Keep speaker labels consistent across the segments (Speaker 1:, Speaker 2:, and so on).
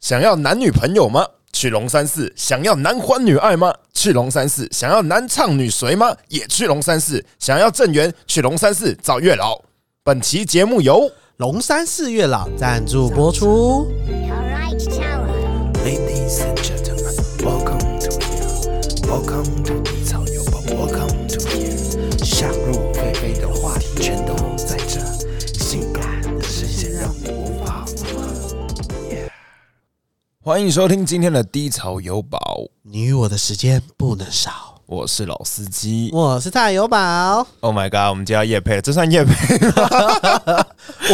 Speaker 1: 想要男女朋友吗？去龙山寺。想要男欢女爱吗？去龙山寺。想要男唱女随吗？也去龙山寺。想要正缘，去龙山寺找月老。本期节目由
Speaker 2: 龙山寺月老赞助播出。
Speaker 3: Alright, tower.
Speaker 4: Ladies and gentlemen, welcome to here. Welcome to 低潮有宝，Welcome to here. 想入非非的话题全都在这，性感的视线让我无法负荷。
Speaker 1: 欢迎收听今天的低潮有宝，
Speaker 2: 你与我的时间不能少。
Speaker 1: 我是老司机。
Speaker 2: 我是大友宝，
Speaker 1: Oh my god，我们今天要夜配了，这算夜配？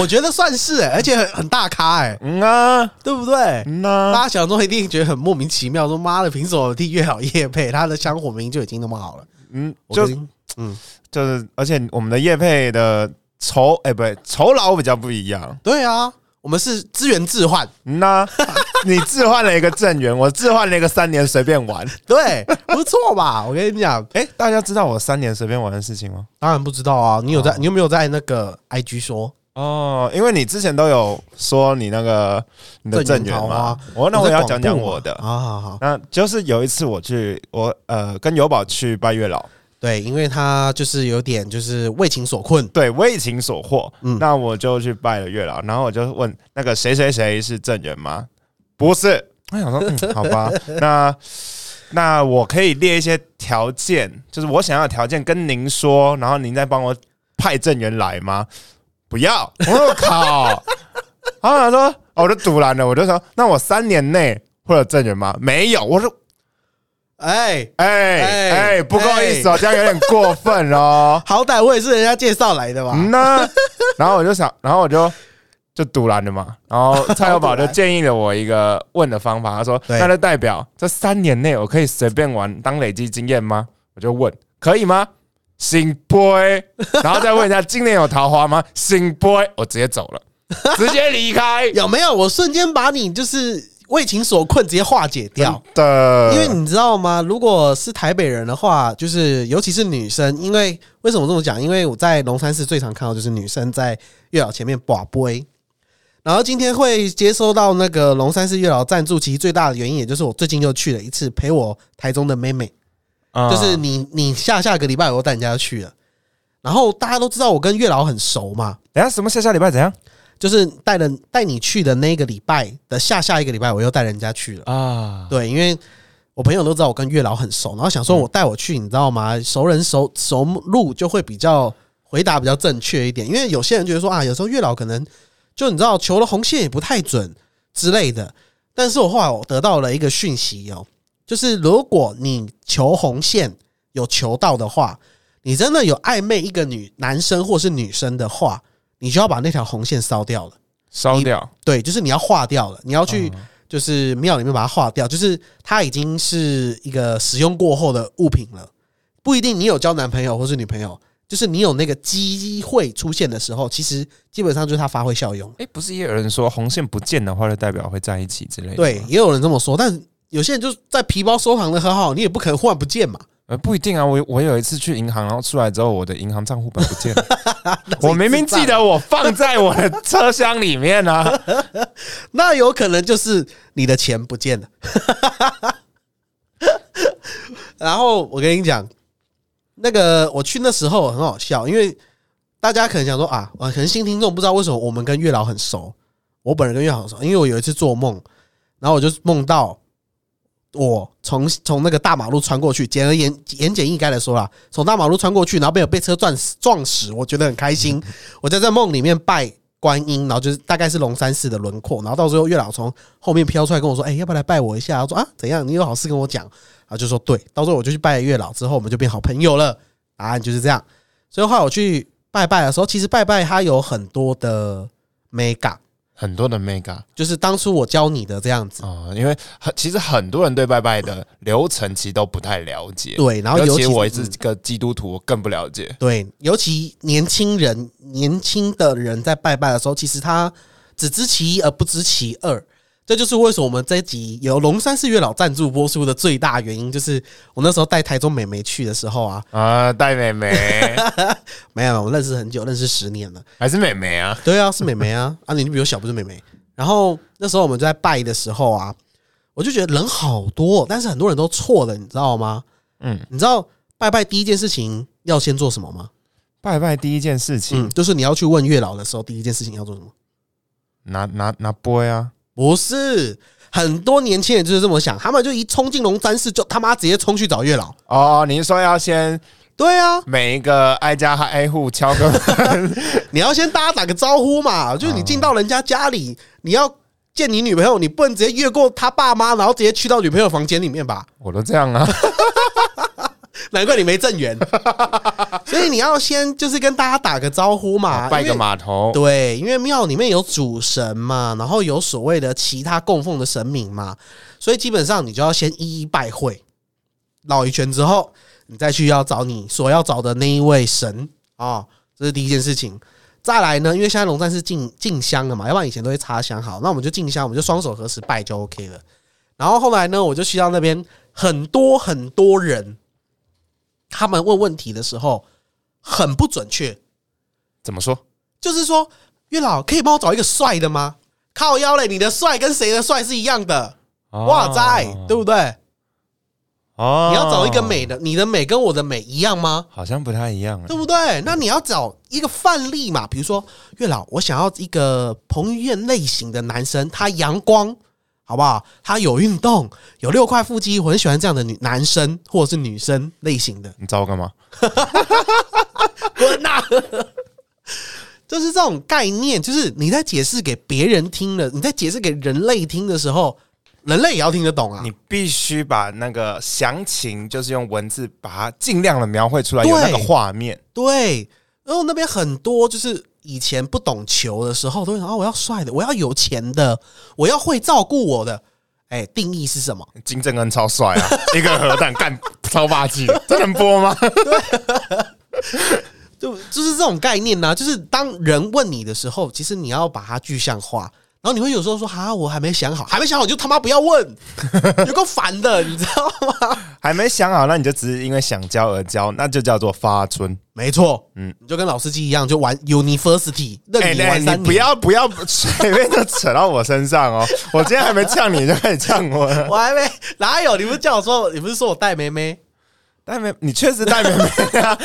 Speaker 2: 我觉得算是、欸，而且很很大咖哎、
Speaker 1: 嗯啊，
Speaker 2: 对不对？
Speaker 1: 嗯
Speaker 2: 大
Speaker 1: 啊，
Speaker 2: 家想说一定觉得很莫名其妙，说妈的，凭什么替月老叶配？他的香火明明就已经那么好了，
Speaker 1: 嗯，
Speaker 2: 我
Speaker 1: 就
Speaker 2: 跟你嗯，
Speaker 1: 就是，而且我们的夜配的酬，哎、不对，酬劳比较不一样。
Speaker 2: 对啊，我们是资源置换，
Speaker 1: 嗯呐、 你置换了一个正缘，我置换了一个三年随便玩。
Speaker 2: 对，不错吧？我跟你讲，
Speaker 1: 哎、大家知道我三年随便玩的事情吗？
Speaker 2: 当然不知道啊，你有在，你有没有在那个 IG 说？
Speaker 1: 哦，因为你之前都有说你那个你的正
Speaker 2: 正
Speaker 1: 缘
Speaker 2: 缘桃
Speaker 1: 嘛
Speaker 2: 花，
Speaker 1: 我哦那我
Speaker 2: 啊在
Speaker 1: 要
Speaker 2: 广
Speaker 1: 讲讲
Speaker 2: 布嘛
Speaker 1: 我的。
Speaker 2: 好好好，
Speaker 1: 那就是有一次我去，我呃跟友宝去拜月老，
Speaker 2: 对，因为他就是有点就是为情所困，
Speaker 1: 对为情所惑，
Speaker 2: 嗯
Speaker 1: 那我就去拜了月老，然后我就问那个谁谁谁是正缘吗？不是，我想说， 嗯、好吧，那那我可以列一些条件，就是我想要的条件跟您说，然后您再帮我派正缘来吗？不要，我说靠，然后 他说，哦我就堵拦了，我就说，那我三年内会有正缘吗？没有，我说。
Speaker 2: 哎，
Speaker 1: 哎
Speaker 2: 哎
Speaker 1: 哎，不够意思哦，这样有点过分哦。
Speaker 2: 好歹我也是人家介绍来的吧？
Speaker 1: 嗯呐，然后我就想， 然后我就就堵拦了嘛。然后蔡友宝就建议了我一个问的方法，他说：“
Speaker 2: 对
Speaker 1: 那就代表这三年内我可以随便玩当累积经验吗？”我就问：“可以吗？”行波，然后再问一下今年有桃花吗？行波，我直接走 了，直接离开
Speaker 2: 有没有？我瞬间把你就是为情所困直接化解掉。
Speaker 1: 的，
Speaker 2: 因为你知道吗？如果是台北人的话，就是尤其是女生，因为为什么这么讲？因为我在龙山寺最常看到就是女生在月老前面把杯。然后今天会接收到那个龙山寺月老赞助，其实最大的原因也就是我最近又去了一次，陪我台中的妹妹。
Speaker 1: 嗯
Speaker 2: 就是你你下下个礼拜我带人家去了，然后大家都知道我跟月老很熟嘛，
Speaker 1: 等一下什么下下礼拜怎样
Speaker 2: 就是带了带你去的那个礼拜的下下一个礼拜，我又带人家去了。
Speaker 1: 啊？
Speaker 2: 对，因为我朋友都知道我跟月老很熟，然后想说我带我去，你知道吗？熟人熟熟路就会比较回答比较正确一点，因为有些人觉得说啊，有时候月老可能就你知道求了红线也不太准之类的。但是我后来我得到了一个讯息哦，就是如果你求红线有求到的话，你真的有暧昧一个女男生或是女生的话，你就要把那条红线烧掉了。
Speaker 1: 烧掉
Speaker 2: 对，就是你要化掉了，你要去就是庙里面把它化掉，就是它已经是一个使用过后的物品了。不一定你有交男朋友或是女朋友，就是你有那个机会出现的时候，其实基本上就是它发挥效用。
Speaker 1: 哎，不是也有人说红线不见的话，就代表会在一起之类的吗？
Speaker 2: 对，也有人这么说，但有些人就是在皮包收藏的很好，你也不可能忽然不见嘛。
Speaker 1: 呃，不一定啊。我我有一次去银行，然后出来之后，我的银行账户本不见 了。我明明记得我放在我的车厢里面啊。
Speaker 2: 那有可能就是你的钱不见了。 然后我跟你讲，那个我去那时候很好笑，因为大家可能想说啊，呃可能新听众不知道为什么我们跟月老很熟，我本人跟月老很熟，因为我有一次做梦，然后我就梦到我从从那个大马路穿过去，简而言言简意赅的说啦，从大马路穿过去，然后被被车撞死撞死，我觉得很开心。我在在梦里面拜观音，然后就是大概是龙山寺的轮廓，然后到最后月老从后面飘出来跟我说：“哎、要不要来拜我一下？”我说：“啊，怎样？你有好事跟我讲。”然后就说：“对。”到最后我就去拜了月老，之后我们就变好朋友了。答案就是这样。所以后来我去拜拜的时候，其实拜拜它有很多的 mega，
Speaker 1: 很多的 mega 啊、
Speaker 2: 就是当初我教你的这样子。
Speaker 1: 哦因为很其实很多人对拜拜的流程其实都不太了解。
Speaker 2: 对，然后
Speaker 1: 尤
Speaker 2: 尤
Speaker 1: 其
Speaker 2: 其
Speaker 1: 我
Speaker 2: 是
Speaker 1: 是个基督徒，我更不了解。
Speaker 2: 对，尤其年轻人、年轻的人在拜拜的时候，其实他只知其一而不知其二。这就是为什么我们这一集由龙山寺月老赞助播出的最大原因，就是我那时候带台中美眉去的时候啊，
Speaker 1: 啊，带妹 妹
Speaker 2: 没有，我们认识很久，认识十年了。
Speaker 1: 还是妹妹啊？
Speaker 2: 对啊，是美眉啊，啊，你比我小，不是美眉。然后那时候我们在拜的时候啊，我就觉得人好多，但是很多人都错了，你知道吗？
Speaker 1: 嗯，
Speaker 2: 你知道拜拜第一件事情要先做什么吗？
Speaker 1: 拜拜第一件事情
Speaker 2: 嗯，，就是你要去问月老的时候，第一件事情要做什么？
Speaker 1: 拿拿拿啊波呀，
Speaker 2: 不是，很多年轻人就是这么想，他们就一冲进龙山寺，就他妈直接冲去找月老。
Speaker 1: 哦，您说要先
Speaker 2: 对啊，
Speaker 1: 每一个挨家挨户敲个 门
Speaker 2: 你要先大家打个招呼嘛，就是你进到人家家里，你要见你女朋友，你不能直接越过他爸妈，然后直接去到女朋友房间里面吧？
Speaker 1: 我都这样啊，
Speaker 2: 难怪你没正 缘。所以你要先就是跟大家打个招呼嘛，
Speaker 1: 拜
Speaker 2: 啊因
Speaker 1: 个
Speaker 2: 为
Speaker 1: 码头，
Speaker 2: 对，因为庙里面有主神嘛，然后有所谓的其他供奉的神明嘛，所以基本上你就要先一一拜会，绕一圈之后，你再去要找你所要找的那一位神啊、哦，这是第一件事情。再来呢，因为现在龙站是进进香了嘛，要不然以前都会插香。好，那我们就进香，我们就双手合十拜就 OK 了。然后后来呢，我就去到那边，很多很多人，他们问问题的时候很不准确，
Speaker 1: 怎么说？
Speaker 2: 就是说，月老可以帮我找一个帅的吗？靠腰嘞，你的帅跟谁的帅是一样的？哇塞，对不对？
Speaker 1: 哦
Speaker 2: 你要找一个，美的，你的美跟我的美一样吗？
Speaker 1: 好像不太一样啊，
Speaker 2: 对不对？那你要找一个范例嘛，比如说月老，我想要一个彭于晏类型的男生，他阳光，好不好？他有运动，有六块腹肌，我很喜欢这样的女男生或者是女生类型的。
Speaker 1: 你找我干嘛？
Speaker 2: 滚呐、就是这种概念，就是你在解释给别人听的，你在解释给人类听的时候，人类也要听得懂啊
Speaker 1: 你。必须把那个详情，就是用文字把它尽量的描绘出来，
Speaker 2: 对
Speaker 1: 有那个画面。
Speaker 2: 对，然后那边很多就是以前不懂球的时候，都会想啊，我要帅的，我要有钱的，我要会照顾我的。哎，定义是 什么？
Speaker 1: 金正恩超帅啊， 一个核弹干 超霸气的，这能播 吗？
Speaker 2: 就就是这种概念呐、就是当人问你的时候，其实你要把它具象化，然后你会有时候说：“哈，我还没想好，还没想好，你就他妈不 要问，有够烦的，你知道吗？”
Speaker 1: 还没想好，那你就只是因为想教而教，那就叫做发春。
Speaker 2: 没错，嗯
Speaker 1: 嗯，
Speaker 2: 你就跟老司机一样，就玩 University，任你
Speaker 1: 哎
Speaker 2: 玩
Speaker 1: 你
Speaker 2: 三年。
Speaker 1: 不要不要随便就扯到我身上哦！我今天还没呛你，你就开始呛我了。
Speaker 2: 我还没哪有？你不是叫我说，你不是说我带妹妹？
Speaker 1: 但没，你确实带妹妹啊！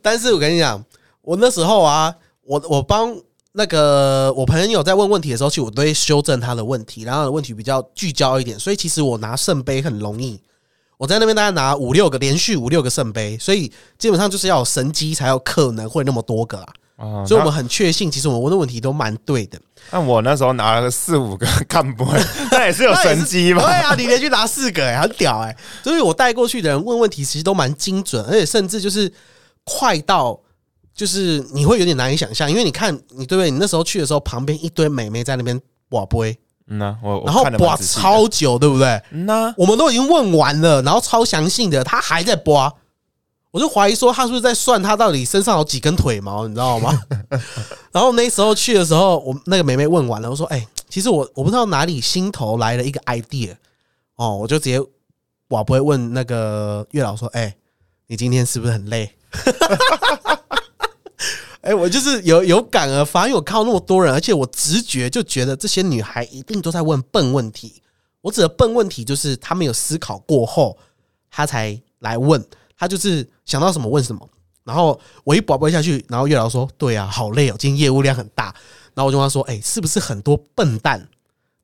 Speaker 2: 但是我跟你讲，我那时候啊，我我帮那个我朋友在问问题的时候，其实我都会修正他的问题，然后他的问题比较聚焦一点，所以其实我拿圣杯很容易。我在那边大概拿五六个，连续五六个圣杯，所以基本上就是要有神机才有可能会那么多个啦。 啊
Speaker 1: 哦
Speaker 2: 所以我们很确信，其实我们问的问题都蛮对的。
Speaker 1: 那我那时候拿了四五个 干部，那也是有 神机
Speaker 2: 对
Speaker 1: 吧？
Speaker 2: 啊，你连续拿四个、欸，很屌哎、所以我带过去的人问问题，其实都蛮精准，而且甚至就是快到，就是你会有点难以想象，因为你看，你对不对？你那时候去的时候，旁边一堆美眉在那边哇杯，
Speaker 1: 嗯呐、我我
Speaker 2: 然后
Speaker 1: 看得蛮
Speaker 2: 哇
Speaker 1: 仔细的
Speaker 2: 超久，对不对？
Speaker 1: 嗯呐、
Speaker 2: 我们都已经问完了，然后超详细的，他还在刮，我就怀疑说他是不是在算他到底身上有几根腿毛，你知道吗？ 然后那时候去的时候，我那个妹妹问完了，我说：“哎、其实我我不知道哪里心头来了一个 idea 哦，我就直接我不会问那个月老说：‘哎、你今天是不是很累？’” 哎、我就是有有感而发，因为我看到那么多人，而且我直觉就觉得这些女孩一定都在问笨问题。我指的笨问题就是她没有思考过后，她才来问，她就是想到什么问什么。然后我一宝宝下去，然后月老说：“对啊，好累哦，今天业务量很大。”然后我就问他说：“哎、是不是很多笨蛋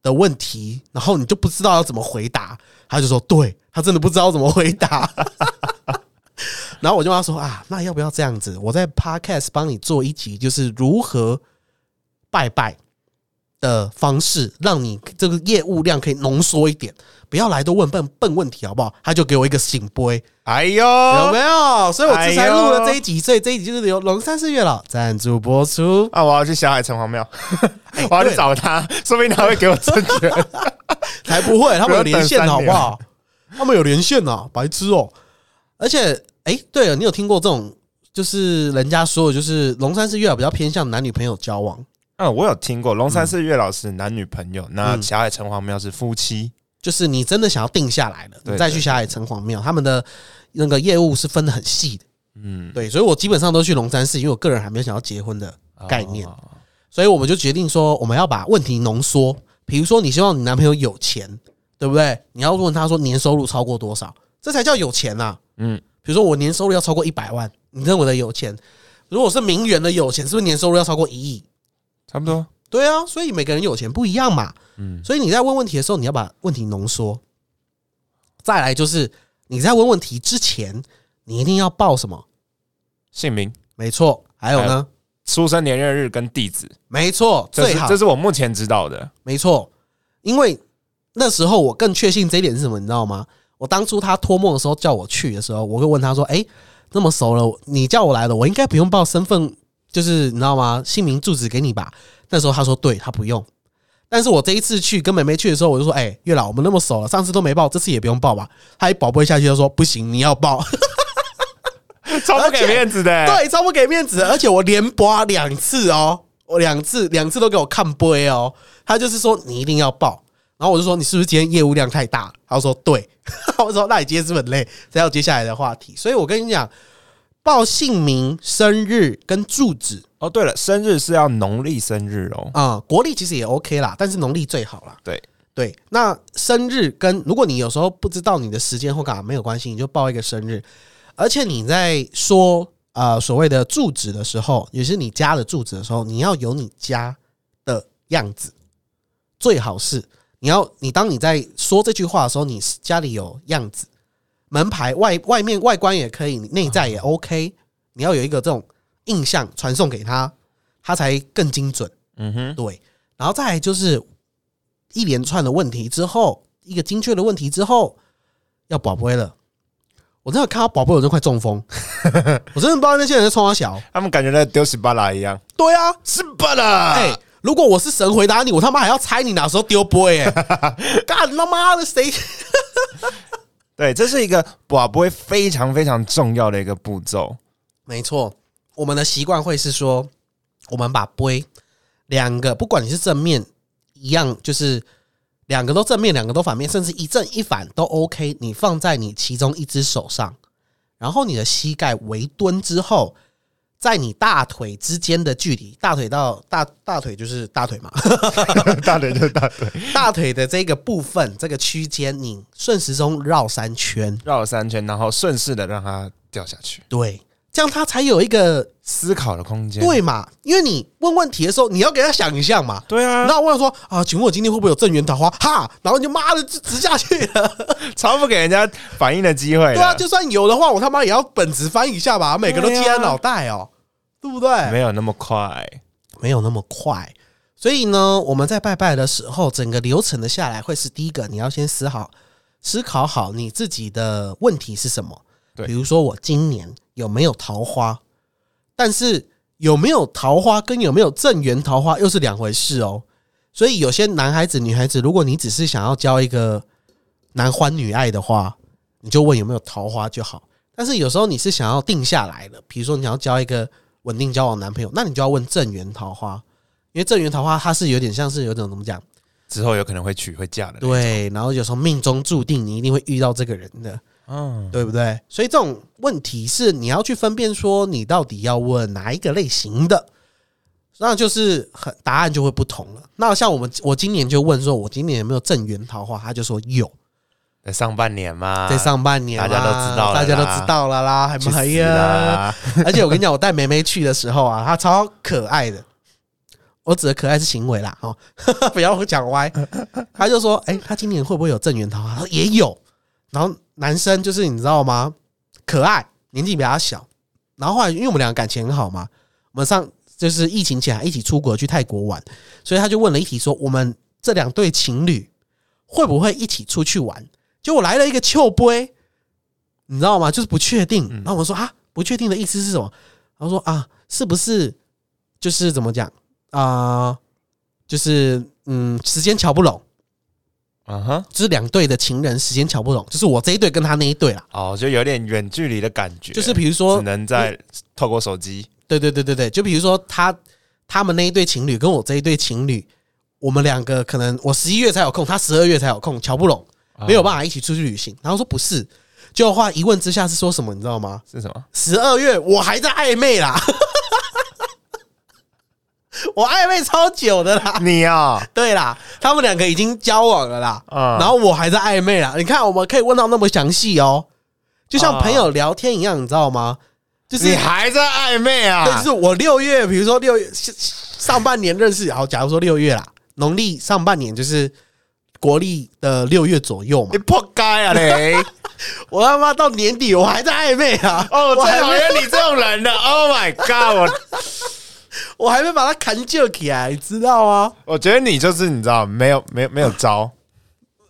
Speaker 2: 的问题？然后你就不知道要怎么回答？”他就说：“对，他真的不知道怎么回答。” 然后我就跟他说：“啊，那要不要这样子？我在 Podcast 帮你做一集，就是如何拜拜。”的方式，让你这个业务量可以浓缩一点，不要来都问笨笨问题，好不好？他就给我一个醒波，
Speaker 1: 哎呦，
Speaker 2: 有没有？所以我这才录了
Speaker 1: 哎呦
Speaker 2: 这一集，所以这一集就是由龙山寺月老赞助播出。
Speaker 1: 啊，我要去小海城隍庙， 我要去找他，说不定他会给我正 确。
Speaker 2: 才不会，他们有连线的好
Speaker 1: 不要等三
Speaker 2: 不
Speaker 1: 年
Speaker 2: 好？ 他们有连线呐、白痴哦、而且，哎、对了，你有听过这种？就是人家说的，就是龙山寺月老啊比较偏向男女朋友交往，
Speaker 1: 嗯，我有听过龙山寺月老是男女朋友，那小海城隍庙是夫妻。
Speaker 2: 就是你真的想要定下来了，
Speaker 1: 对
Speaker 2: 你再去
Speaker 1: 对
Speaker 2: 霞海城隍庙，他们的那个业务是分的很细的。
Speaker 1: 嗯，
Speaker 2: 对，所以我基本上都去龙山寺，因为我个人还没有想要结婚的概念。
Speaker 1: 哦
Speaker 2: 所以我们就决定说，我们要把问题浓缩。比如说，你希望你男朋友有钱，对不对？你要问他说年收入超过多少，这才叫有钱呐、
Speaker 1: 嗯
Speaker 2: 嗯，比如说我年收入要超过一百万，你认为的有钱，如果是名媛的有钱，是不是年收入要超过一亿？
Speaker 1: 差不多。
Speaker 2: 对啊，所以每个人有钱不一样嘛。
Speaker 1: 嗯
Speaker 2: 所以你在问问题的时候，你要把问题浓缩。再来就是你在问问题之前，你一定要报什么？
Speaker 1: 姓名、
Speaker 2: 没错，还有
Speaker 1: 还
Speaker 2: 呢？
Speaker 1: 出生年月日跟地址，
Speaker 2: 没错，
Speaker 1: 这
Speaker 2: 最
Speaker 1: 是
Speaker 2: 好
Speaker 1: 这是我目前知道的。
Speaker 2: 没错，因为那时候我更确信这一点是什么，你知道吗？我当初他托梦的时候叫我去的时候，我会问他说：“哎、那么熟了，你叫我来了，我应该不用报身份，就是你知道吗？姓名、住址给你吧。”那时候他说：“对，他不用。”但是我这一次去跟妹妹去的时候，我就说：“哎、月老，我们那么熟了，上次都没报，这次也不用报吧？”他一宝贝下去就说：“不行，你要报。
Speaker 1: 超不给面子的、
Speaker 2: 对，超不给面子的，而且我连播两次哦，我两次两次都给我看杯哦。他就是说你一定要报，然后我就说你是不是今天业务量太大了？他说对， 我说那你今天是不是很累？这要接下来的话题，所以我跟你讲，报姓名、生日跟住址
Speaker 1: 哦，对了，生日是要农历生日哦。
Speaker 2: 啊、国历其实也 OK 啦，但是农历最好啦。
Speaker 1: 对，
Speaker 2: 对，那生日跟如果你有时候不知道你的时间或干嘛没有关系，你就报一个生日。而且你在说呃所谓的住址的时候，也是你家的住址的时候，你要有你家的样子，最好是你要你当你在说这句话的时候，你家里有样子，门牌外外面外观也可以，内在也 OK，你要有一个这种印象传送给他，他才更精准。
Speaker 1: 嗯哼，
Speaker 2: 对，然后再来就是一连串的问题之后，一个精确的问题之后，要宝贝了。我真的看到宝贝，我就快中风， 我真的不知道那些人在冲他小。
Speaker 1: 他们感觉在丢十八拉一样，
Speaker 2: 对啊，
Speaker 1: 十八拉。
Speaker 2: 哎、如果我是神回答你，我他妈还要猜你哪时候丢波哎、 干他妈的谁？
Speaker 1: 对，这是一个宝不会非常非常重要的一个步 骤。
Speaker 2: 没错，我们的习惯会是说，我们把杯两个，不管你是正面一样，就是两个都正面，两个都反面，甚至一正一反都 OK。你放在你其中一只手上，然后你的膝盖微蹲之后，在你大腿之间的距离，大腿到大大腿就是大腿嘛，
Speaker 1: 大腿就是大腿，
Speaker 2: 大腿的这个部分这个区间，你顺时钟绕三圈，
Speaker 1: 绕了三圈，然后顺势的让它掉下去，
Speaker 2: 对，这样它才有一个
Speaker 1: 思考的空间。
Speaker 2: 对啊嘛？因为你问问题的时候，你要给他想一下嘛。
Speaker 1: 对啊
Speaker 2: 然，后我想说啊，请问我今天会不会有正缘桃花？哈，然后你就妈的就直下去了。
Speaker 1: 超不给人家反应的机会的。
Speaker 2: 对啊，就算有的话，我他妈也要本子翻一下吧，每个都记在脑袋哦，对不对？
Speaker 1: 没有那么快。
Speaker 2: 没有那么快。所以呢，我们在拜拜的时候，整个流程的下来会是第一个，你要先思好思考好你自己的问题是什么。
Speaker 1: 对
Speaker 2: 比如说我今年有没有桃花？但是有没有桃花跟有没有正缘桃花又是两回事哦。所以有些男孩子、女孩子，如果你只是想要交一个男欢女爱的话，你就问有没有桃花就好。但是有时候你是想要定下来的，比如说你想要交一个稳定交往男朋友，那你就要问正缘桃花，因为正缘桃花它是有点像是有种怎么讲，
Speaker 1: 之后有可能会娶会嫁的。，
Speaker 2: 对，然后有时候命中注定你一定会遇到这个人的，
Speaker 1: 嗯，
Speaker 2: 对不对？所以这种问题是你要去分辨，说你到底要问哪一个类型的，那就是很答案就会不同了。那像我们，我今年就问说，我今年有没有正缘桃花？他就说有，
Speaker 1: 在上半年嘛，
Speaker 2: 在上半年啦
Speaker 1: 啊大家都知道了啦
Speaker 2: 大家都知道了啦，还
Speaker 1: 去
Speaker 2: 没
Speaker 1: 死
Speaker 2: 呀？
Speaker 1: 啦！
Speaker 2: 而且我跟你讲，我带梅梅去的时候啊，她超可爱的。我指的可爱是行为啦，哦， 不要讲歪。她就说：“哎、她今年会不会有正缘桃花？”她说也有。然后男生就是你知道吗？可爱，年纪比她小。然后后来因为我们俩感情很好嘛，我们上就是疫情前还啊一起出国去泰国玩，所以他就问了一题说：“我们这两对情侣会不会一起出去玩？”结果来了一个秋杯，你知道吗？就是不确定。然后我说：“啊，不确定的意思是什么？”然后说：“啊，是不是就是怎么讲啊、就是嗯，时间瞧不拢，
Speaker 1: 嗯哼，
Speaker 2: 就是两对的情人时间瞧不拢，就是我这一对跟他那一对啦。”
Speaker 1: 哦，就有点远距离的感觉，
Speaker 2: 就是比如
Speaker 1: 只
Speaker 2: 说，
Speaker 1: 能在透过手机。
Speaker 2: 对对对对对，就比如说他他们那一对情侣跟我这一对情侣，我们两个可能我十一月才有空，他十二月才有空，瞧不拢，没有办法一起出去旅行。然后说不是，就话一问之下是说什么，你知道吗？
Speaker 1: 是什么？
Speaker 2: 十二月我还在暧昧啦， 我暧昧超久的啦。
Speaker 1: 你啊，
Speaker 2: 对啦，他们两个已经交往了啦，
Speaker 1: 嗯
Speaker 2: 然后我还在暧昧啦。你看，我们可以问到那么详细哦，就像朋友聊天一样，你知道吗？就是
Speaker 1: 你还在暧昧啊？
Speaker 2: 但是我六月，比如说六月是上半年认识，好，假如说六月啦，农历上半年就是国历的六月左右嘛
Speaker 1: 你。破该啊你！
Speaker 2: 我他妈到年底我还在暧昧啊！
Speaker 1: 哦，
Speaker 2: 我
Speaker 1: 最
Speaker 2: 还
Speaker 1: 讨
Speaker 2: 没
Speaker 1: 厌你这种人了。Oh my god！
Speaker 2: 我还没把它砍救起来，你知道吗？
Speaker 1: 我我觉得你就是你知道没有没有没有招，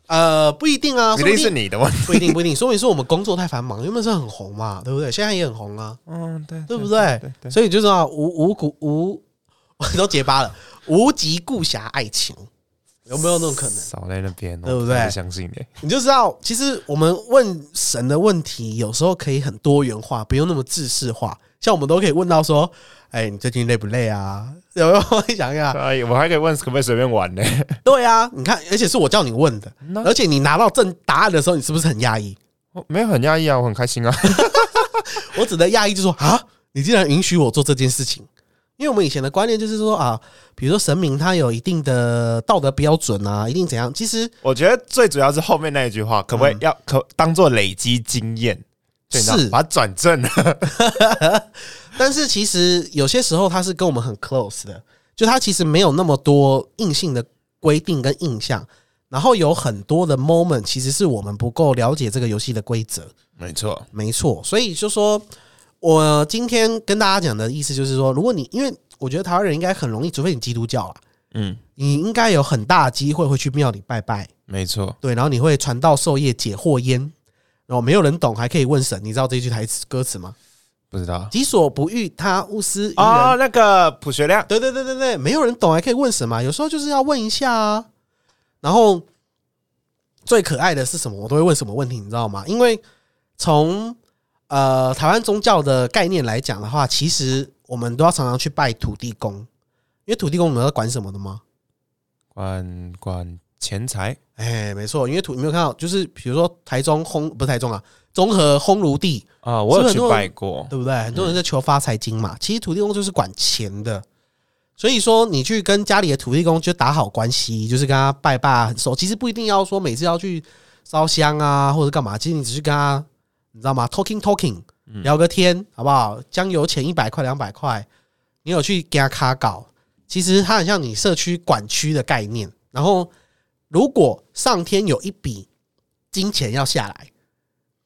Speaker 2: 呃，不一定啊，
Speaker 1: 一
Speaker 2: 说不
Speaker 1: 定是
Speaker 2: 定
Speaker 1: 你的问 题。
Speaker 2: 不一定不一定，说明是我们工作太繁忙，原本是很红嘛，对不对？现在也很红啊，
Speaker 1: 嗯，对，
Speaker 2: 对不对？
Speaker 1: 对对。
Speaker 2: 所以你就知道无无故无， 我都结巴了，无极顾暇爱情，有没有那种可能？
Speaker 1: 少在那边哦，
Speaker 2: 对不对
Speaker 1: 我相信你。
Speaker 2: 你就知道，其实我们问神的问题，有时候可以很多元化，不用那么制式化。像我们都可以问到说：“哎、你最近累不累啊？有 没有想一 下？
Speaker 1: 哎，我还可以问可不可以随便玩 呢？
Speaker 2: 对啊，你看，而且是我叫你问的，
Speaker 1: 那
Speaker 2: 而且你拿到正答案的时候，你是不是很压抑？
Speaker 1: 我没有很压抑啊，我很开心啊。
Speaker 2: 我只能压抑，就说啊，你竟然允许我做这件事情。因为我们以前的观念就是说啊，比如说神明他有一定的道德标准啊，一定怎样。其实
Speaker 1: 我觉得最主要是后面那一句话，可不可以要可当做累积经验？就你知道
Speaker 2: 是
Speaker 1: 把它转正了。
Speaker 2: 但是其实有些时候他是跟我们很 close 的，就他其实没有那么多硬性的规定跟印象，然后有很多的 moment 其实是我们不够了解这个游戏的规则，
Speaker 1: 没错，
Speaker 2: 没错。所以就说我今天跟大家讲的意思就是说，如果你因为我觉得台湾人应该很容易，除非你基督教啦，
Speaker 1: 嗯，
Speaker 2: 你应该有很大的机会会去庙里拜拜，
Speaker 1: 没错，
Speaker 2: 对，然后你会传道授业解惑焉。然后没有人懂，还可以问神，你知道这句台词歌词吗？
Speaker 1: 不知道
Speaker 2: 己所不欲，他勿施于人。
Speaker 1: 哦，那个普学亮，
Speaker 2: 对对对对对，没有人懂啊还可以问什么？有时候就是要问一下啊。然后最可爱的是什么？我都会问什么问题，你知道吗？因为从呃台湾宗教的概念来讲的话，其实我们都要常常去拜土地公，因为土地公你们要管什么的吗？
Speaker 1: 管管钱财，
Speaker 2: 哎，没错，因为土你没有看到，就是比如说台中烘不是台中啊，中和烘炉地，
Speaker 1: 啊，我有
Speaker 2: 是不是很
Speaker 1: 去
Speaker 2: 多人
Speaker 1: 拜过，
Speaker 2: 对不对？很多人在求发财金嘛，其实土地公就是管钱的，所以说你去跟家里的土地公就打好关系，就是跟他拜拜啊很熟。其实不一定要说每次要去烧香啊或者干嘛，其实你只是跟他，你知道吗？talking talking 聊个天，好不好？酱油钱一百块两百块，你有去给他卡搞，其实它很像你社区管区的概念。然后如果上天有一笔金钱要下来。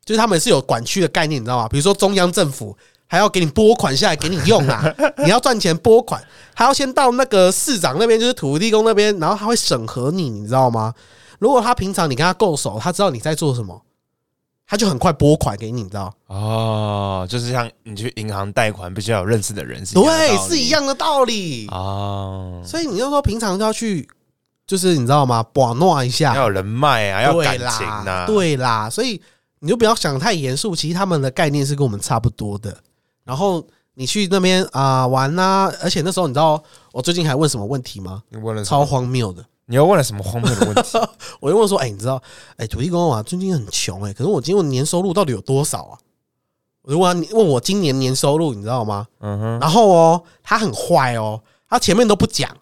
Speaker 2: 就是他们是有管区的概念，你知道吗？比如说中央政府还要给你拨款下来给你用 啊，你要赚钱拨款，还要先到那个市长那边，就是土地公那边，然后他会审核你，你知道吗？如果他平常你跟他够熟，他知道你在做什么，他就很快拨款给你，你知道？
Speaker 1: 哦，就是像你去银行贷款，必须要有认识的人，是一样的
Speaker 2: 对，
Speaker 1: 道理
Speaker 2: 是一样的道理。
Speaker 1: 哦，
Speaker 2: 所以你就说平常就要去，就是你知道吗？把弄一下，
Speaker 1: 要有人脉啊，要有
Speaker 2: 对
Speaker 1: 感
Speaker 2: 啦，
Speaker 1: 情啊，，
Speaker 2: 对啦，所以你就不要想太严肃，其实他们的概念是跟我们差不多的。然后你去那边啊、玩呐、而且那时候你知道我最近还问什么问题吗？
Speaker 1: 你问了什
Speaker 2: 超
Speaker 1: 么？
Speaker 2: 荒谬的，
Speaker 1: 你又问了什么荒谬的问 题？
Speaker 2: 我就问说：“哎、你知道，哎、土地公啊，最近很穷哎、可是我今年年收入到底有多少啊？”我就问他，你问我今年年收入，你知道吗？
Speaker 1: 嗯哼，
Speaker 2: 然后哦，他很坏哦，他前面都不讲，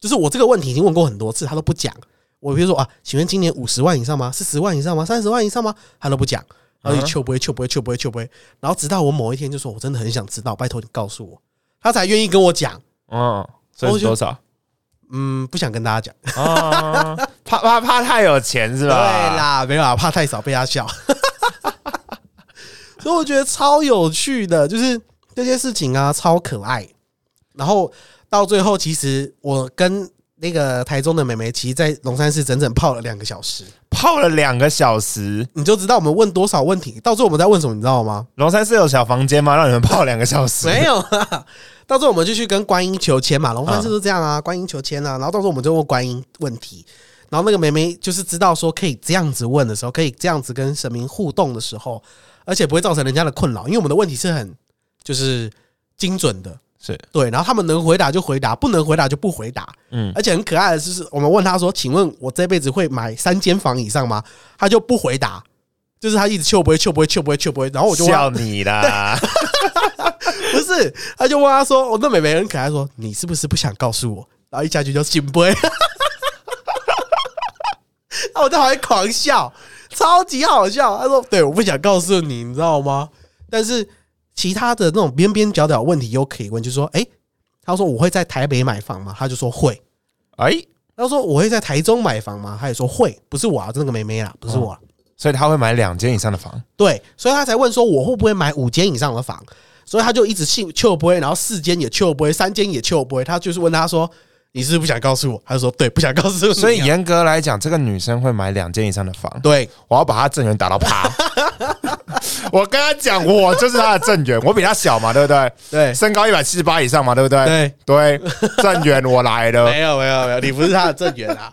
Speaker 2: 就是我这个问题已经问过很多次，他都不讲。我比如说啊，请问今年五十万以上吗？四十万以上吗？三十万以上吗？他都不讲，
Speaker 1: 嗯
Speaker 2: 然后就求不会，求不会，求不会，求不会。然后直到我某一天就说，我真的很想知道，拜托你告诉我，他才愿意跟我讲。
Speaker 1: 嗯，所以是多少？
Speaker 2: 嗯，不想跟大家讲。
Speaker 1: 啊，怕怕怕太有钱是
Speaker 2: 对
Speaker 1: 吧？，
Speaker 2: 啦，没有啦，怕太少被他笑。 所以我觉得超有趣的，就是这些事情啊，超可爱。然后到最后，其实我跟那个台中的美眉，其实，在龙山寺整整泡了两个小时。
Speaker 1: 泡了两个小时，
Speaker 2: 你就知道我们问多少问题，到最后我们在问什么，你知道吗？
Speaker 1: 龙山是有小房间吗？让你们泡两个小时？
Speaker 2: 没有啊，到最后我们就去跟观音求签嘛，龙山寺都这样啊，观音求签啊，然后到时候我们就问观音问题，然后那个梅梅就是知道说可以这样子问的时候，可以这样子跟神明互动的时候，而且不会造成人家的困扰，因为我们的问题是很就是精准的，
Speaker 1: 是，
Speaker 2: 对，然后他们能回答就回答，不能回答就不回答，
Speaker 1: 嗯，
Speaker 2: 而且很可爱的就是，我们问他说：“请问我这辈子会买三间房以上吗？”他就不回答，哦 就是他一直求不会，求不会，求不会，求不会，然后我就问他
Speaker 1: 笑你啦！
Speaker 2: 不是是，他就问他说：“哦，那美眉很可爱，说你是不是不想告诉我？”然后一下去就醒杯， 啊，我在旁边狂笑，超级好笑。他说：“对，我不想告诉你，你知道吗？”但是其他的那种边边角角的问题又可以问，就说：“哎、他说我会在台北买房吗？”他就说会。
Speaker 1: 哎，
Speaker 2: 他说我会在台中买房吗？他也说会，不是我啊，那个妹妹啦，不是我啊、
Speaker 1: 所以他会买两间以上的房。
Speaker 2: 对，所以他才问说我会不会买五间以上的房，所以他就一直信求不会，然后四间也求不会，三间也求不会，他就是问他说你是不是不想告诉我？他就说对，不想告诉你啊、
Speaker 1: 所以严格来讲，这个女生会买两间以上的房。
Speaker 2: 对
Speaker 1: 我要把她正缘打到趴。 我跟她讲，我就是她的正缘，我比她小嘛，对不对？
Speaker 2: 对
Speaker 1: 身高一百七十八以上嘛，对不对？啊
Speaker 2: 对
Speaker 1: 对，正缘我来了
Speaker 2: 没。有没有没有，你不是他的正缘啊。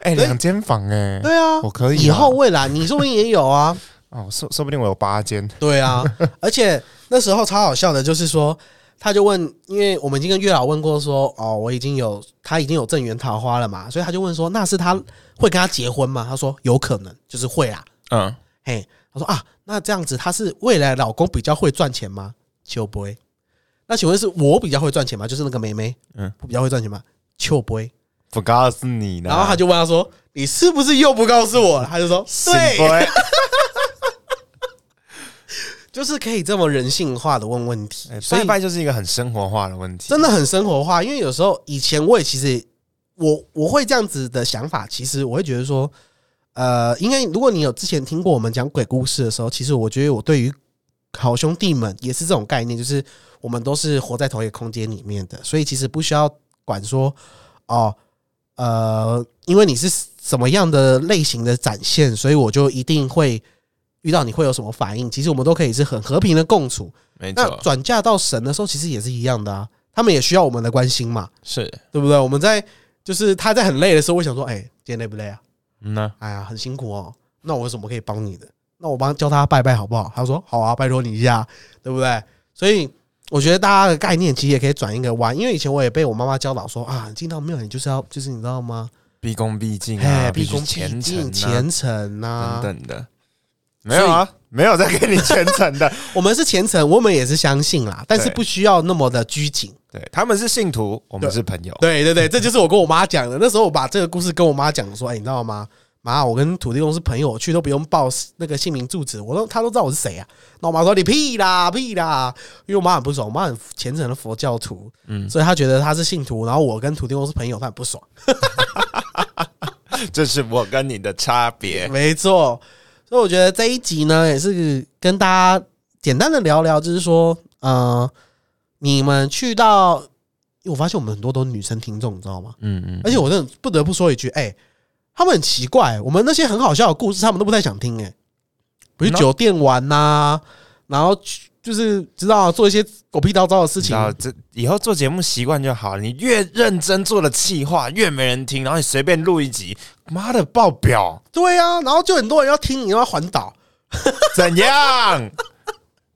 Speaker 1: 哎，两间房哎，
Speaker 2: 对啊，
Speaker 1: 我可以啊。
Speaker 2: 以后未来你说不定也有啊。
Speaker 1: 哦，说说不定我有八间。
Speaker 2: 对啊，而且那时候超好笑的，就是说，他就问，因为我们已经跟月老问过说，哦，我已经有他已经有正缘桃花了嘛，所以他就问说，那是他会跟他结婚吗？他说有可能，就是会啊。
Speaker 1: 嗯，
Speaker 2: 嘿，他说啊，那这样子他是未来老公比较会赚钱吗？秋不会。那请问是我比较会赚钱吗？就是那个妹妹，嗯
Speaker 1: 嗯，
Speaker 2: 比较会赚钱吗？秋不会。
Speaker 1: 不告诉你了。
Speaker 2: 然后他就问他说，你是不是又不告诉我了？他就说，
Speaker 1: 醒
Speaker 2: 对，
Speaker 1: 杯，
Speaker 2: 就是可以这么人性化的问问题，
Speaker 1: 哎
Speaker 2: 所以
Speaker 1: 拜拜就是一个很生活化的问题。
Speaker 2: 真的很生活化。因为有时候以前我也其实我我会这样子的想法，其实我会觉得说，呃，应该如果你有之前听过我们讲鬼故事的时候，其实我觉得我对于好兄弟们也是这种概念，就是我们都是活在同一个空间里面的，所以其实不需要管说哦，呃，因为你是什么样的类型的展现，所以我就一定会。遇到你会有什么反应？其实我们都可以是很和平的共处，
Speaker 1: 没
Speaker 2: 那转嫁到神的时候，其实也是一样的啊，他们也需要我们的关心嘛，
Speaker 1: 是。
Speaker 2: 对不对？我们在就是他在很累的时候，我想说，哎、今天累不累啊？
Speaker 1: 嗯呢，
Speaker 2: 哎呀，很辛苦哦，那我有什么可以帮你的？那我帮教他拜拜好不好？他说好啊，拜托你一下，对不对？所以我觉得大家的概念其实也可以转一个弯，因为以前我也被我妈妈教导说啊，进到庙里就是要就是你知道吗？
Speaker 1: 毕恭毕敬
Speaker 2: 哎，
Speaker 1: 啊，
Speaker 2: 毕
Speaker 1: 必须
Speaker 2: 恭毕
Speaker 1: 虔
Speaker 2: 敬、
Speaker 1: 诚啊
Speaker 2: 虔诚呐
Speaker 1: 等。等的，没有啊，没有在给你虔诚 的。
Speaker 2: 我们是虔诚，我们也是相信啦，但是
Speaker 1: 对
Speaker 2: 不需要那么的拘谨。
Speaker 1: 对，他们是信徒，我们
Speaker 2: 对
Speaker 1: 是朋友。
Speaker 2: 对对对，这就是我跟我妈讲的。那时候我把这个故事跟我妈讲，说：“哎、你知道吗？妈，我跟土地公是朋友，去都不用报那个姓名住址，我都她都知道我是谁啊。”那我妈说：“你屁啦屁啦！”因为我妈很不爽，我妈很虔诚的佛教徒，嗯，所以她觉得她是信徒，然后我跟土地公是朋友，她很不爽。
Speaker 1: 这是我跟你的差别。
Speaker 2: 没错，所以我觉得这一集呢，也是跟大家简单的聊聊，就是说，呃，你们去到，因为我发现我们很多都是女生听众，你知道吗？
Speaker 1: 嗯嗯，
Speaker 2: 而且我真的不得不说一句，哎、他们很奇怪，我们那些很好笑的故事，他们都不太想听、哎，比如
Speaker 1: 那
Speaker 2: 酒店玩呐、然后去就是知道做一些狗屁叨叨的事
Speaker 1: 知
Speaker 2: 情，
Speaker 1: 道这以后做节目习惯就好了。你越认真做的气话，越没人听，然后你随便录一集，妈的爆表，
Speaker 2: 对啊，然后就很多人要听，你要环岛，
Speaker 1: 怎样？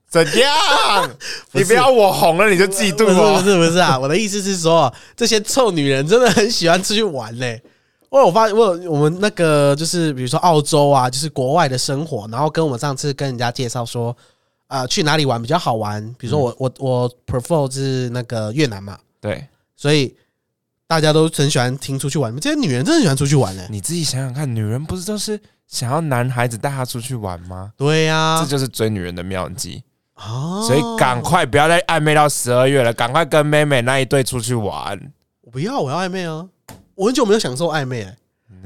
Speaker 1: 怎样？
Speaker 2: 不
Speaker 1: 你
Speaker 2: 是
Speaker 1: 不要我红了你就
Speaker 2: 不
Speaker 1: 嫉
Speaker 2: 是
Speaker 1: 妒
Speaker 2: 不
Speaker 1: 哦。
Speaker 2: 是不是啊，我的意思是说，这些臭女人真的很喜欢出去玩嘞、我有发，我有我们那个就是比如说澳洲啊，就是国外的生活，然后跟我们上次跟人家介绍说，啊、去哪里玩比较好玩？
Speaker 1: 嗯
Speaker 2: 比如说我、我我 prefer 是那个越南嘛，
Speaker 1: 对，
Speaker 2: 所以大家都很喜欢听出去玩。这些女人真的喜欢出去玩嘞、欸
Speaker 1: 你自己想想看，女人不是都是想要男孩子带她出去玩吗？
Speaker 2: 对呀、
Speaker 1: 这
Speaker 2: 啊，
Speaker 1: 就是追女人的妙计。
Speaker 2: 啊
Speaker 1: 所以赶快不要再暧昧到十二月了，赶快跟妹妹那一队出去玩。
Speaker 2: 我不要，我要暧昧啊！我很久没有享受暧昧、欸，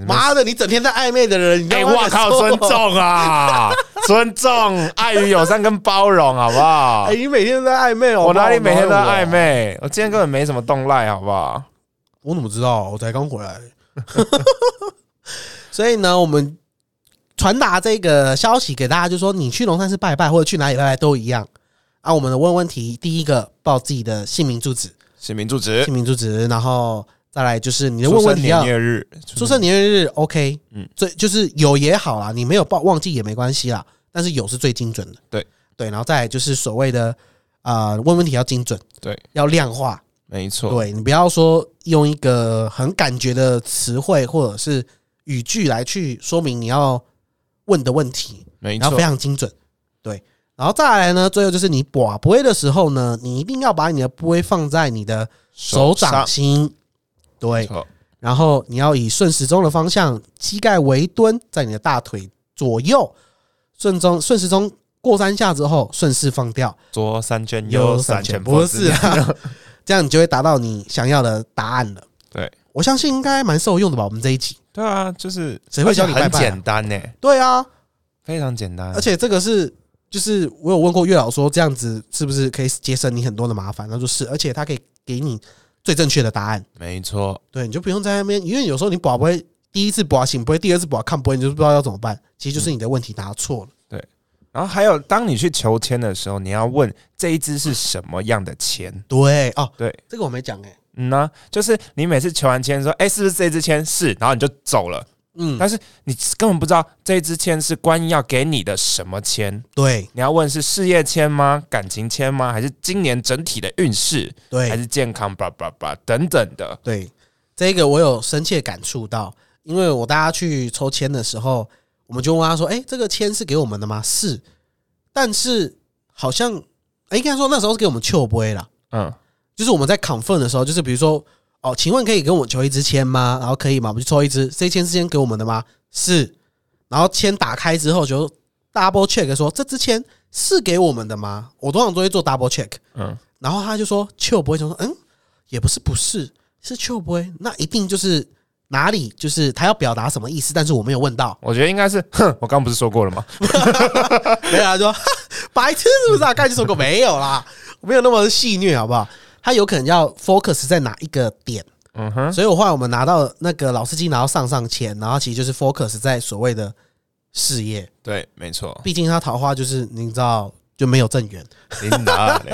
Speaker 2: 妈的，你整天在暧昧的人，你
Speaker 1: 哎、
Speaker 2: 要不要
Speaker 1: 我靠，尊重啊， 尊重，爱与友善跟包容，啊好不好
Speaker 2: 哎、？你每天都在暧昧哦！
Speaker 1: 我哪里
Speaker 2: 不然
Speaker 1: 每天都在暧
Speaker 2: 我？
Speaker 1: 昧？我今天根本没什么动赖，好不好？
Speaker 2: 我怎么知道？我才刚回来。 所以呢，我们传达这个消息给大家，就说你去龙山寺拜拜，或者去哪里拜拜都一样啊。我们的问问题，第一个报自己的姓名、住址、
Speaker 1: 姓名、住址
Speaker 2: 姓、名、住址，然后再来就是你的问
Speaker 1: 呃出
Speaker 2: 问
Speaker 1: 生
Speaker 2: 题要
Speaker 1: 年月日、
Speaker 2: 出生年月日，OK，嗯
Speaker 1: 嗯，
Speaker 2: 最就是有也好啦，你没有报忘记也没关系啦，但是有是最精准的，
Speaker 1: 对
Speaker 2: 对，然后再来就是所谓的啊、呃问问题要精准，
Speaker 1: 对，
Speaker 2: 要量化，
Speaker 1: 没错，
Speaker 2: 对你不要说用一个很感觉的词汇或者是语句来去说明你要问的问题，
Speaker 1: 没
Speaker 2: 然后
Speaker 1: 错
Speaker 2: 非，常精准。对，然后再来呢，最后就是你把杯的时候呢，你一定要把你的杯放在你的手掌哎
Speaker 1: 上
Speaker 2: 心，
Speaker 1: 没
Speaker 2: 对，
Speaker 1: 错
Speaker 2: 然后你要以顺时钟的方向，膝盖微蹲在你的大腿左右，顺中顺时钟过三下之后，顺势放掉，
Speaker 1: 左三圈，右三圈，
Speaker 2: 不
Speaker 1: 脖
Speaker 2: 是
Speaker 1: 子
Speaker 2: 啊， 这样你就会达到你想要的答案了。
Speaker 1: 对
Speaker 2: 我相信应该蛮受用的吧？我们这一集，
Speaker 1: 对啊，就是
Speaker 2: 谁会教
Speaker 1: 而且
Speaker 2: 你拜
Speaker 1: 很
Speaker 2: 拜啊
Speaker 1: 简单呢，
Speaker 2: 对啊，
Speaker 1: 非常简单，
Speaker 2: 而且这个是就是我有问过月老说，这样子是不是可以节省你很多的麻烦？他说是，而且他可以给你最正确的答案，
Speaker 1: 没错，
Speaker 2: 对，你就不用在那边，因为有时候你保不会第一次保醒不会，第二次保看不会，你就不知道要怎么办。其
Speaker 1: 嗯
Speaker 2: 实就是你的问题答错了，
Speaker 1: 然后还有，当你去求签的时候，你要问这一支是什么样的签。
Speaker 2: 对哦，
Speaker 1: 对，
Speaker 2: 这个我没讲哎、
Speaker 1: 嗯呐、就是你每次求完签说，哎、是不是这支签是？然后你就走了，
Speaker 2: 嗯，
Speaker 1: 但是你根本不知道这支签是观音要给你的什么签。
Speaker 2: 对
Speaker 1: 你要问是事业签吗？感情签吗？还是今年整体的运势？还
Speaker 2: 对
Speaker 1: 是健康？叭叭叭等等的。
Speaker 2: 对，这个我有深切感触到，因为我大家去抽签的时候，我们就问他说：“哎、这个签是给我们的吗？”是，但是好像、哎诶应该说那时候是给我们秋杯啦，
Speaker 1: 嗯，
Speaker 2: 就是我们在 confirm 的时候，就是比如说，哦，请问可以跟我求一支签吗？然后可以吗？我们就抽一支，这一签是先给我们的吗？是。然后签打开之后就 double check 说这支签是给我们的吗？我通常都会做 double check。
Speaker 1: 嗯，
Speaker 2: 然后他就说秋不会，就说嗯，也不是不是是秋不会，那一定就是哪里就是他要表达什么意思，但是我没有问到。
Speaker 1: 我觉得应该是，哼，我刚不是说过了吗？
Speaker 2: 没有，他说哈 白痴是不是啊？刚才就说过没有啦，没有那么戏虐好不好？他有可能要 focus 在哪一个点。
Speaker 1: 嗯哼，
Speaker 2: 所以我后来我们拿到那个老司机拿到上上签，然后其实就是 focus 在所谓的事业，
Speaker 1: 对，没错。
Speaker 2: 毕竟他桃花就是你知道就没有正缘，
Speaker 1: 你拿嘞，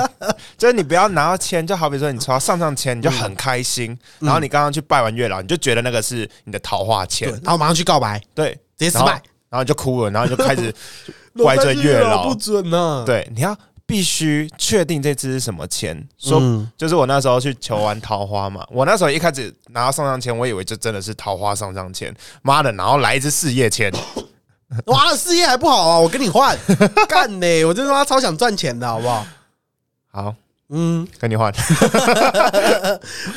Speaker 1: 就是你不要拿到签，就好比说你抽到上上签，你就很开心，然后你刚刚去拜完月老，你就觉得那个是你的桃花
Speaker 2: 对，
Speaker 1: 签，
Speaker 2: 然后马上去告白，
Speaker 1: 对，
Speaker 2: 直接失
Speaker 1: 然后
Speaker 2: 败，
Speaker 1: 然后你就哭了，然后你就开始怪罪月老
Speaker 2: 不，准啊呢、，
Speaker 1: 对，你要必须确定这支是什么签，说。
Speaker 2: 嗯
Speaker 1: 就是我那时候去求完桃花嘛，我那时候一开始拿到上上签，我以为就真的是桃花上上签，妈的，然后来一支事业签，
Speaker 2: 哇，事业还不好啊，我跟 你换干呢、我真他妈超想赚钱的好不好？
Speaker 1: 好，
Speaker 2: 嗯，
Speaker 1: 跟你换，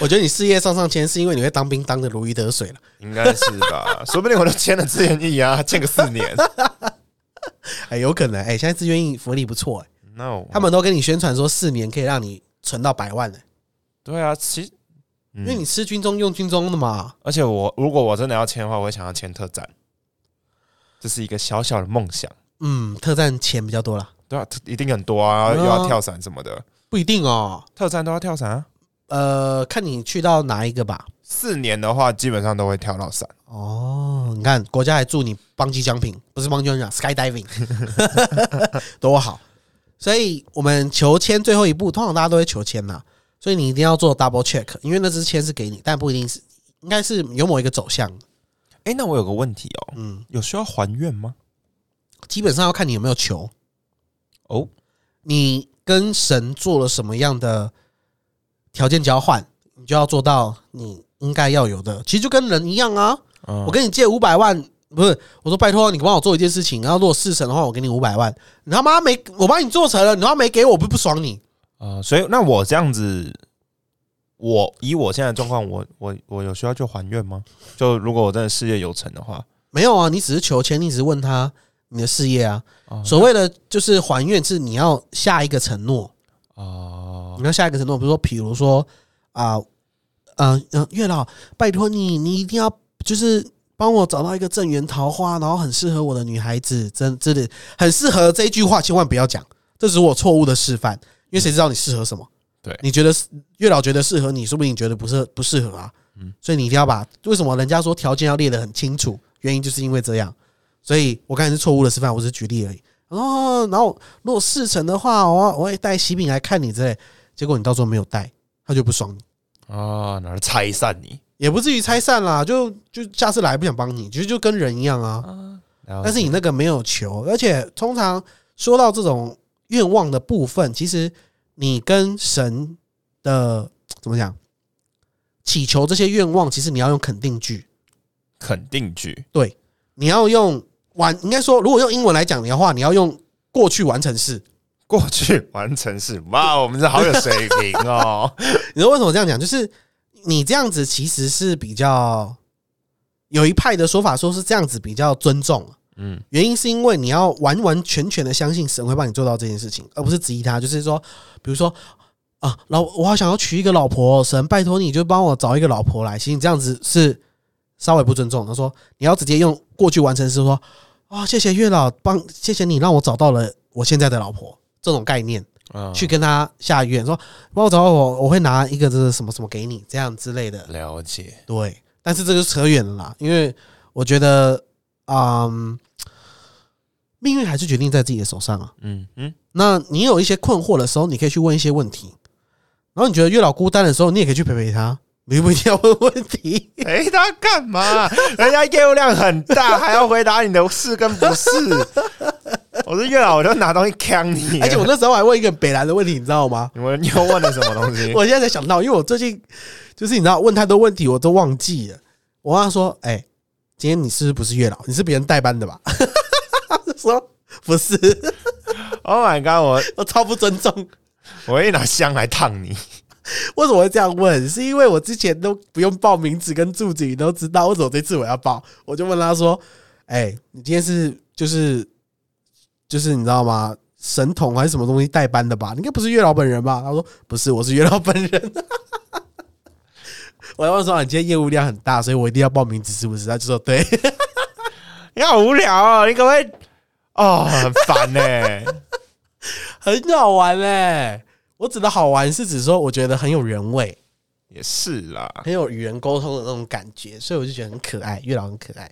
Speaker 2: 我觉得你事业上上签是因为你会当兵当的如鱼得水了，
Speaker 1: 应该是吧？说不定我都签了自愿意啊，签个四 年
Speaker 2: 哎，有可能哎、现在志愿役福利不错、哎，
Speaker 1: ，no，
Speaker 2: 他们都跟你宣传说四年可以让你存到百万、哎，
Speaker 1: 对啊，其实、
Speaker 2: 因
Speaker 1: 嗯
Speaker 2: 为你吃军中用军中的嘛，
Speaker 1: 而且我如果我真的要签的话，我会想要签特展，这是一个小小的梦想，
Speaker 2: 嗯，特战钱比较多啦，
Speaker 1: 对啊，一定很多啊，
Speaker 2: 嗯啊
Speaker 1: 又要跳伞什么的，
Speaker 2: 不一定哦。
Speaker 1: 特展都要跳伞啊，
Speaker 2: 呃，看你去到哪一个吧。
Speaker 1: 四年的话基本上都会跳到伞，
Speaker 2: 哦，你看国家还祝你邦机奖品，不是邦机奖 skydiving，多好。所以我们求签最后一步，通常大家都会求签呐，所以你一定要做 double check，因为那支签是给你，但不一定是，应该是有某一个走向。
Speaker 1: 哎、那我有个问题哦，
Speaker 2: 嗯，
Speaker 1: 有需要还愿吗？
Speaker 2: 基本上要看你有没有求，
Speaker 1: 哦，
Speaker 2: 你跟神做了什么样的条件交换，你就要做到你应该要有的。其实就跟人一样啊，
Speaker 1: 嗯
Speaker 2: 我跟你借五百万，不是我说拜托你帮我做一件事情，然后如果事成的话，我给你五百万。你他妈没我帮你做成了，你他妈没给我，我不不爽你？
Speaker 1: 啊、所以那我这样子，我以我现在的状况，我我我有需要去还愿吗？就如果我真的事业有成的话，
Speaker 2: 没有啊，你只是求签，你只是问他你的事业啊。
Speaker 1: 哦
Speaker 2: 所谓的就是还愿，是你要下一个承诺，
Speaker 1: 哦
Speaker 2: 你要下一个承诺，比如说，比如说啊，嗯、嗯，月老，拜托你，你一定要就是帮我找到一个正缘桃花，然后很适合我的女孩子，真真的很适合这一句话，千万不要讲，这是我错误的示范，因为谁知道你适合什么？
Speaker 1: 对
Speaker 2: 你觉得是月老觉得适合你，说不定你觉得不适不适合啊。嗯，所以你一定要把为什么人家说条件要列得很清楚，原因就是因为这样。所以我刚才是错误的示范，我只是举例而已。哦，然后如果事成的话，我我会带喜饼来看你之类，结果你到时候没有带，他就不爽你，
Speaker 1: 哦，哪儿拆散你？
Speaker 2: 也不至于拆散啦，就就下次来不想帮你，其实就跟人一样啊。但是你那个没有求，而且通常说到这种愿望的部分，其实你跟神的怎么讲，祈求这些愿望，其实你要用肯定句，
Speaker 1: 肯定句
Speaker 2: 你要用完，应该说如果用英文来讲的话，你要用过去完成式，
Speaker 1: 过去完成式，哇，我们这好有水平 哦！
Speaker 2: 你知道为什么这样讲？就是你这样子其实是比较有一派的说法，说是这样子比较尊重。嗯，原因是因为你要完完全全的相信神会帮你做到这件事情，而不是质疑他。就是说，比如说啊，老我好想要娶一个老婆哦，神拜托你就帮我找一个老婆来。其实你这样子是稍微不尊重。他说你要直接用过去完成式说啊、谢谢月老帮，谢谢你让我找到了我现在的老婆这种概念。
Speaker 4: 嗯
Speaker 2: 去跟他下约，说帮我找到我，我会拿一个这个什么什么给你，这样之类的。
Speaker 4: 了解，
Speaker 2: 对，但是这就扯远了啦，因为我觉得，嗯，命运还是决定在自己的手上啊。
Speaker 4: 嗯嗯，
Speaker 2: 那你有一些困惑的时候，你可以去问一些问题，然后你觉得月老孤单的时候，你也可以去陪陪他，你不一定要问问题。
Speaker 1: 哎、他干嘛？人家业务量很大，还要回答你的是跟不 是。我是月老，我就拿东西呛你。
Speaker 2: 而且我那时候还问一个北兰的问题，你知道吗？
Speaker 1: 你们又问了什么东西？
Speaker 2: 我现在才想到，因为我最近就是你知道问太多问题，我都忘记了。我问他说：“哎、今天你是不是月老？你是别人代班的吧？” 他说：“不是，
Speaker 1: Oh my god！
Speaker 2: 我超不尊重。
Speaker 1: 我我一拿香来烫你。
Speaker 2: 为什么会这样问？是因为我之前都不用报名字跟住址，你都知道。为什么这次我要报？我就问他说：‘哎、你今天是就是就是你知道吗？’”神童还是什么东西代班的吧？你应该不是月老本人吧？他说不是，我是月老本人。啊我要问说、啊、你今天业务量很大，所以我一定要报名字，是不是？他就说对。
Speaker 1: 你好无聊哦，你可不可以？哦，很烦 呢、
Speaker 2: 很好玩嘞、我指的好玩是指说，我觉得很有人味，
Speaker 1: 也是啦，
Speaker 2: 很有与人沟通的那种感觉，所以我就觉得很可爱，月老很可爱，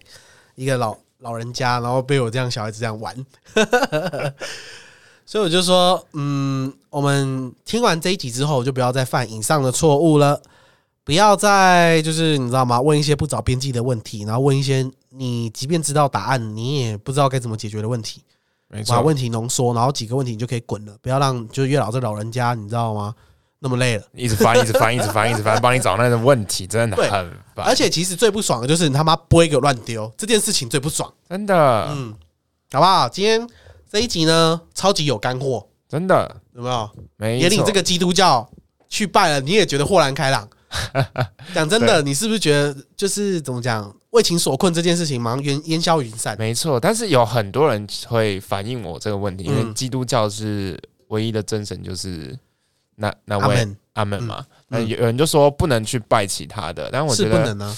Speaker 2: 一个老老人家，然后被我这样小孩子这样玩， 所以我就说，嗯，我们听完这一集之后，就不要再犯以上的错误了，不要再就是你知道吗？问一些不着边际的问题，然后问一些你即便知道答案，你也不知道该怎么解决的问题。
Speaker 1: 没
Speaker 2: 把问题浓缩，然后几个问题你就可以滚了，不要让就是月老这老人家，你知道吗？那么累了。
Speaker 1: 一直翻，一直翻，一直翻，一直翻，帮你找那个问题，真的
Speaker 2: 对
Speaker 1: 很烦，
Speaker 2: 而且其实最不爽的就是你他妈不会给我乱丢这件事情最不爽，
Speaker 1: 真的，
Speaker 2: 嗯，好不好？今天这一集呢，超级有干货，
Speaker 1: 真的
Speaker 2: 有没有？
Speaker 1: 没
Speaker 2: 也你
Speaker 1: 错
Speaker 2: 这个基督教去拜了，你也觉得豁然开 朗。讲真的，你是不是觉得就是怎么讲，为情所困这件事情，忙烟烟消云散？
Speaker 1: 没错，但是有很多人会反映我这个问题，因为
Speaker 2: 嗯
Speaker 1: 基督教是唯一的真神就是那那
Speaker 2: 阿
Speaker 1: 位
Speaker 2: 门
Speaker 1: 阿门嘛，那
Speaker 2: 嗯
Speaker 1: 有有人就说不能去拜其他的，但我
Speaker 2: 是
Speaker 1: 觉
Speaker 2: 不
Speaker 1: 得
Speaker 2: 能啊，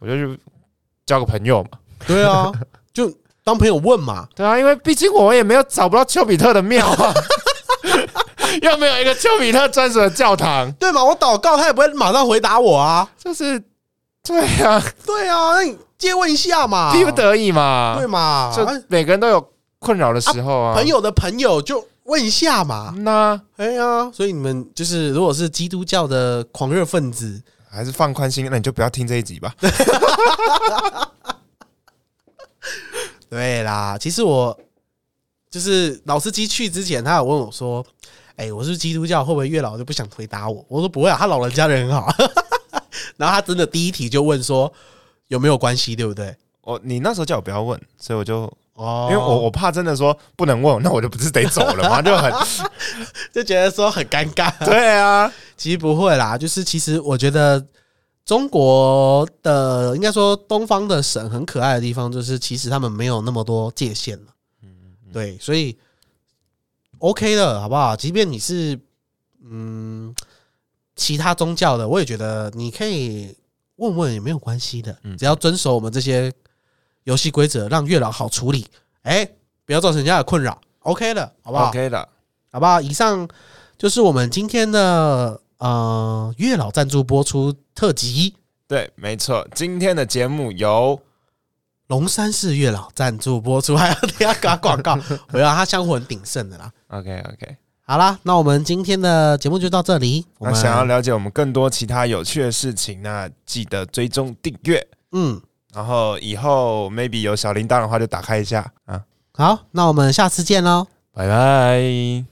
Speaker 1: 我就去交个朋友嘛，
Speaker 2: 对啊，就当朋友问嘛，
Speaker 1: 对啊，因为毕竟我也没有找不到丘比特的庙 啊，又没有一个丘比特专属的教堂，
Speaker 2: 对嘛？我祷告他也不会马上回答我啊。
Speaker 1: 就是对啊，
Speaker 2: 对啊，那你借问一下嘛，
Speaker 1: 逼不得已嘛
Speaker 2: 啊对，嘛？
Speaker 1: 就
Speaker 2: 啊
Speaker 1: 每个人都有困扰的时候啊，
Speaker 2: 朋友的朋友就问一下嘛。
Speaker 1: 那
Speaker 2: 哎呀，所以你们就是如果是基督教的狂热分子，
Speaker 1: 还是放宽心，那你就不要听这一集 吧。
Speaker 2: 对啦。其实我就是老司机去之前，他有问我说：“哎、我是基督教，会不会月老就不想回答我？”我说：“不会啊，他老人家人很好。” 然后他真的第一题就问说：“有没有关系？对不对
Speaker 1: 我你那时候叫我不要问，所以我就？”
Speaker 2: 哦
Speaker 1: 因为我我怕真的说不能问，那我就不是得走了吗？就很
Speaker 2: 就觉得说很尴尬。
Speaker 1: 对啊，
Speaker 2: 其实不会啦，就是其实我觉得中国的应该说东方的神很可爱的地方，就是其实他们没有那么多界限了。对，所以 OK 的好不好？即便你是嗯其他宗教的，我也觉得你可以问问也没有关系的，只要遵守我们这些游戏规则，让月老好处理，哎、不要造成人家的困扰，OK 的，好不好
Speaker 1: 的，
Speaker 2: 好不好？以上就是我们今天的呃月老赞助播出特辑，
Speaker 1: 对，没错。今天的节目由
Speaker 2: 龙山寺月老赞助播出，还要等一下打广告，我要他香火很鼎盛的啦。
Speaker 1: OK OK。
Speaker 2: 好啦，那我们今天的节目就到这里。我
Speaker 1: 那
Speaker 2: 们
Speaker 1: 想要了解我们更多其他有趣的事情，那记得追踪订阅，
Speaker 2: 嗯，
Speaker 1: 然后以后 maybe 有小铃铛的话就打开一下啊，
Speaker 2: 好，那我们下次见喽。
Speaker 1: 拜拜。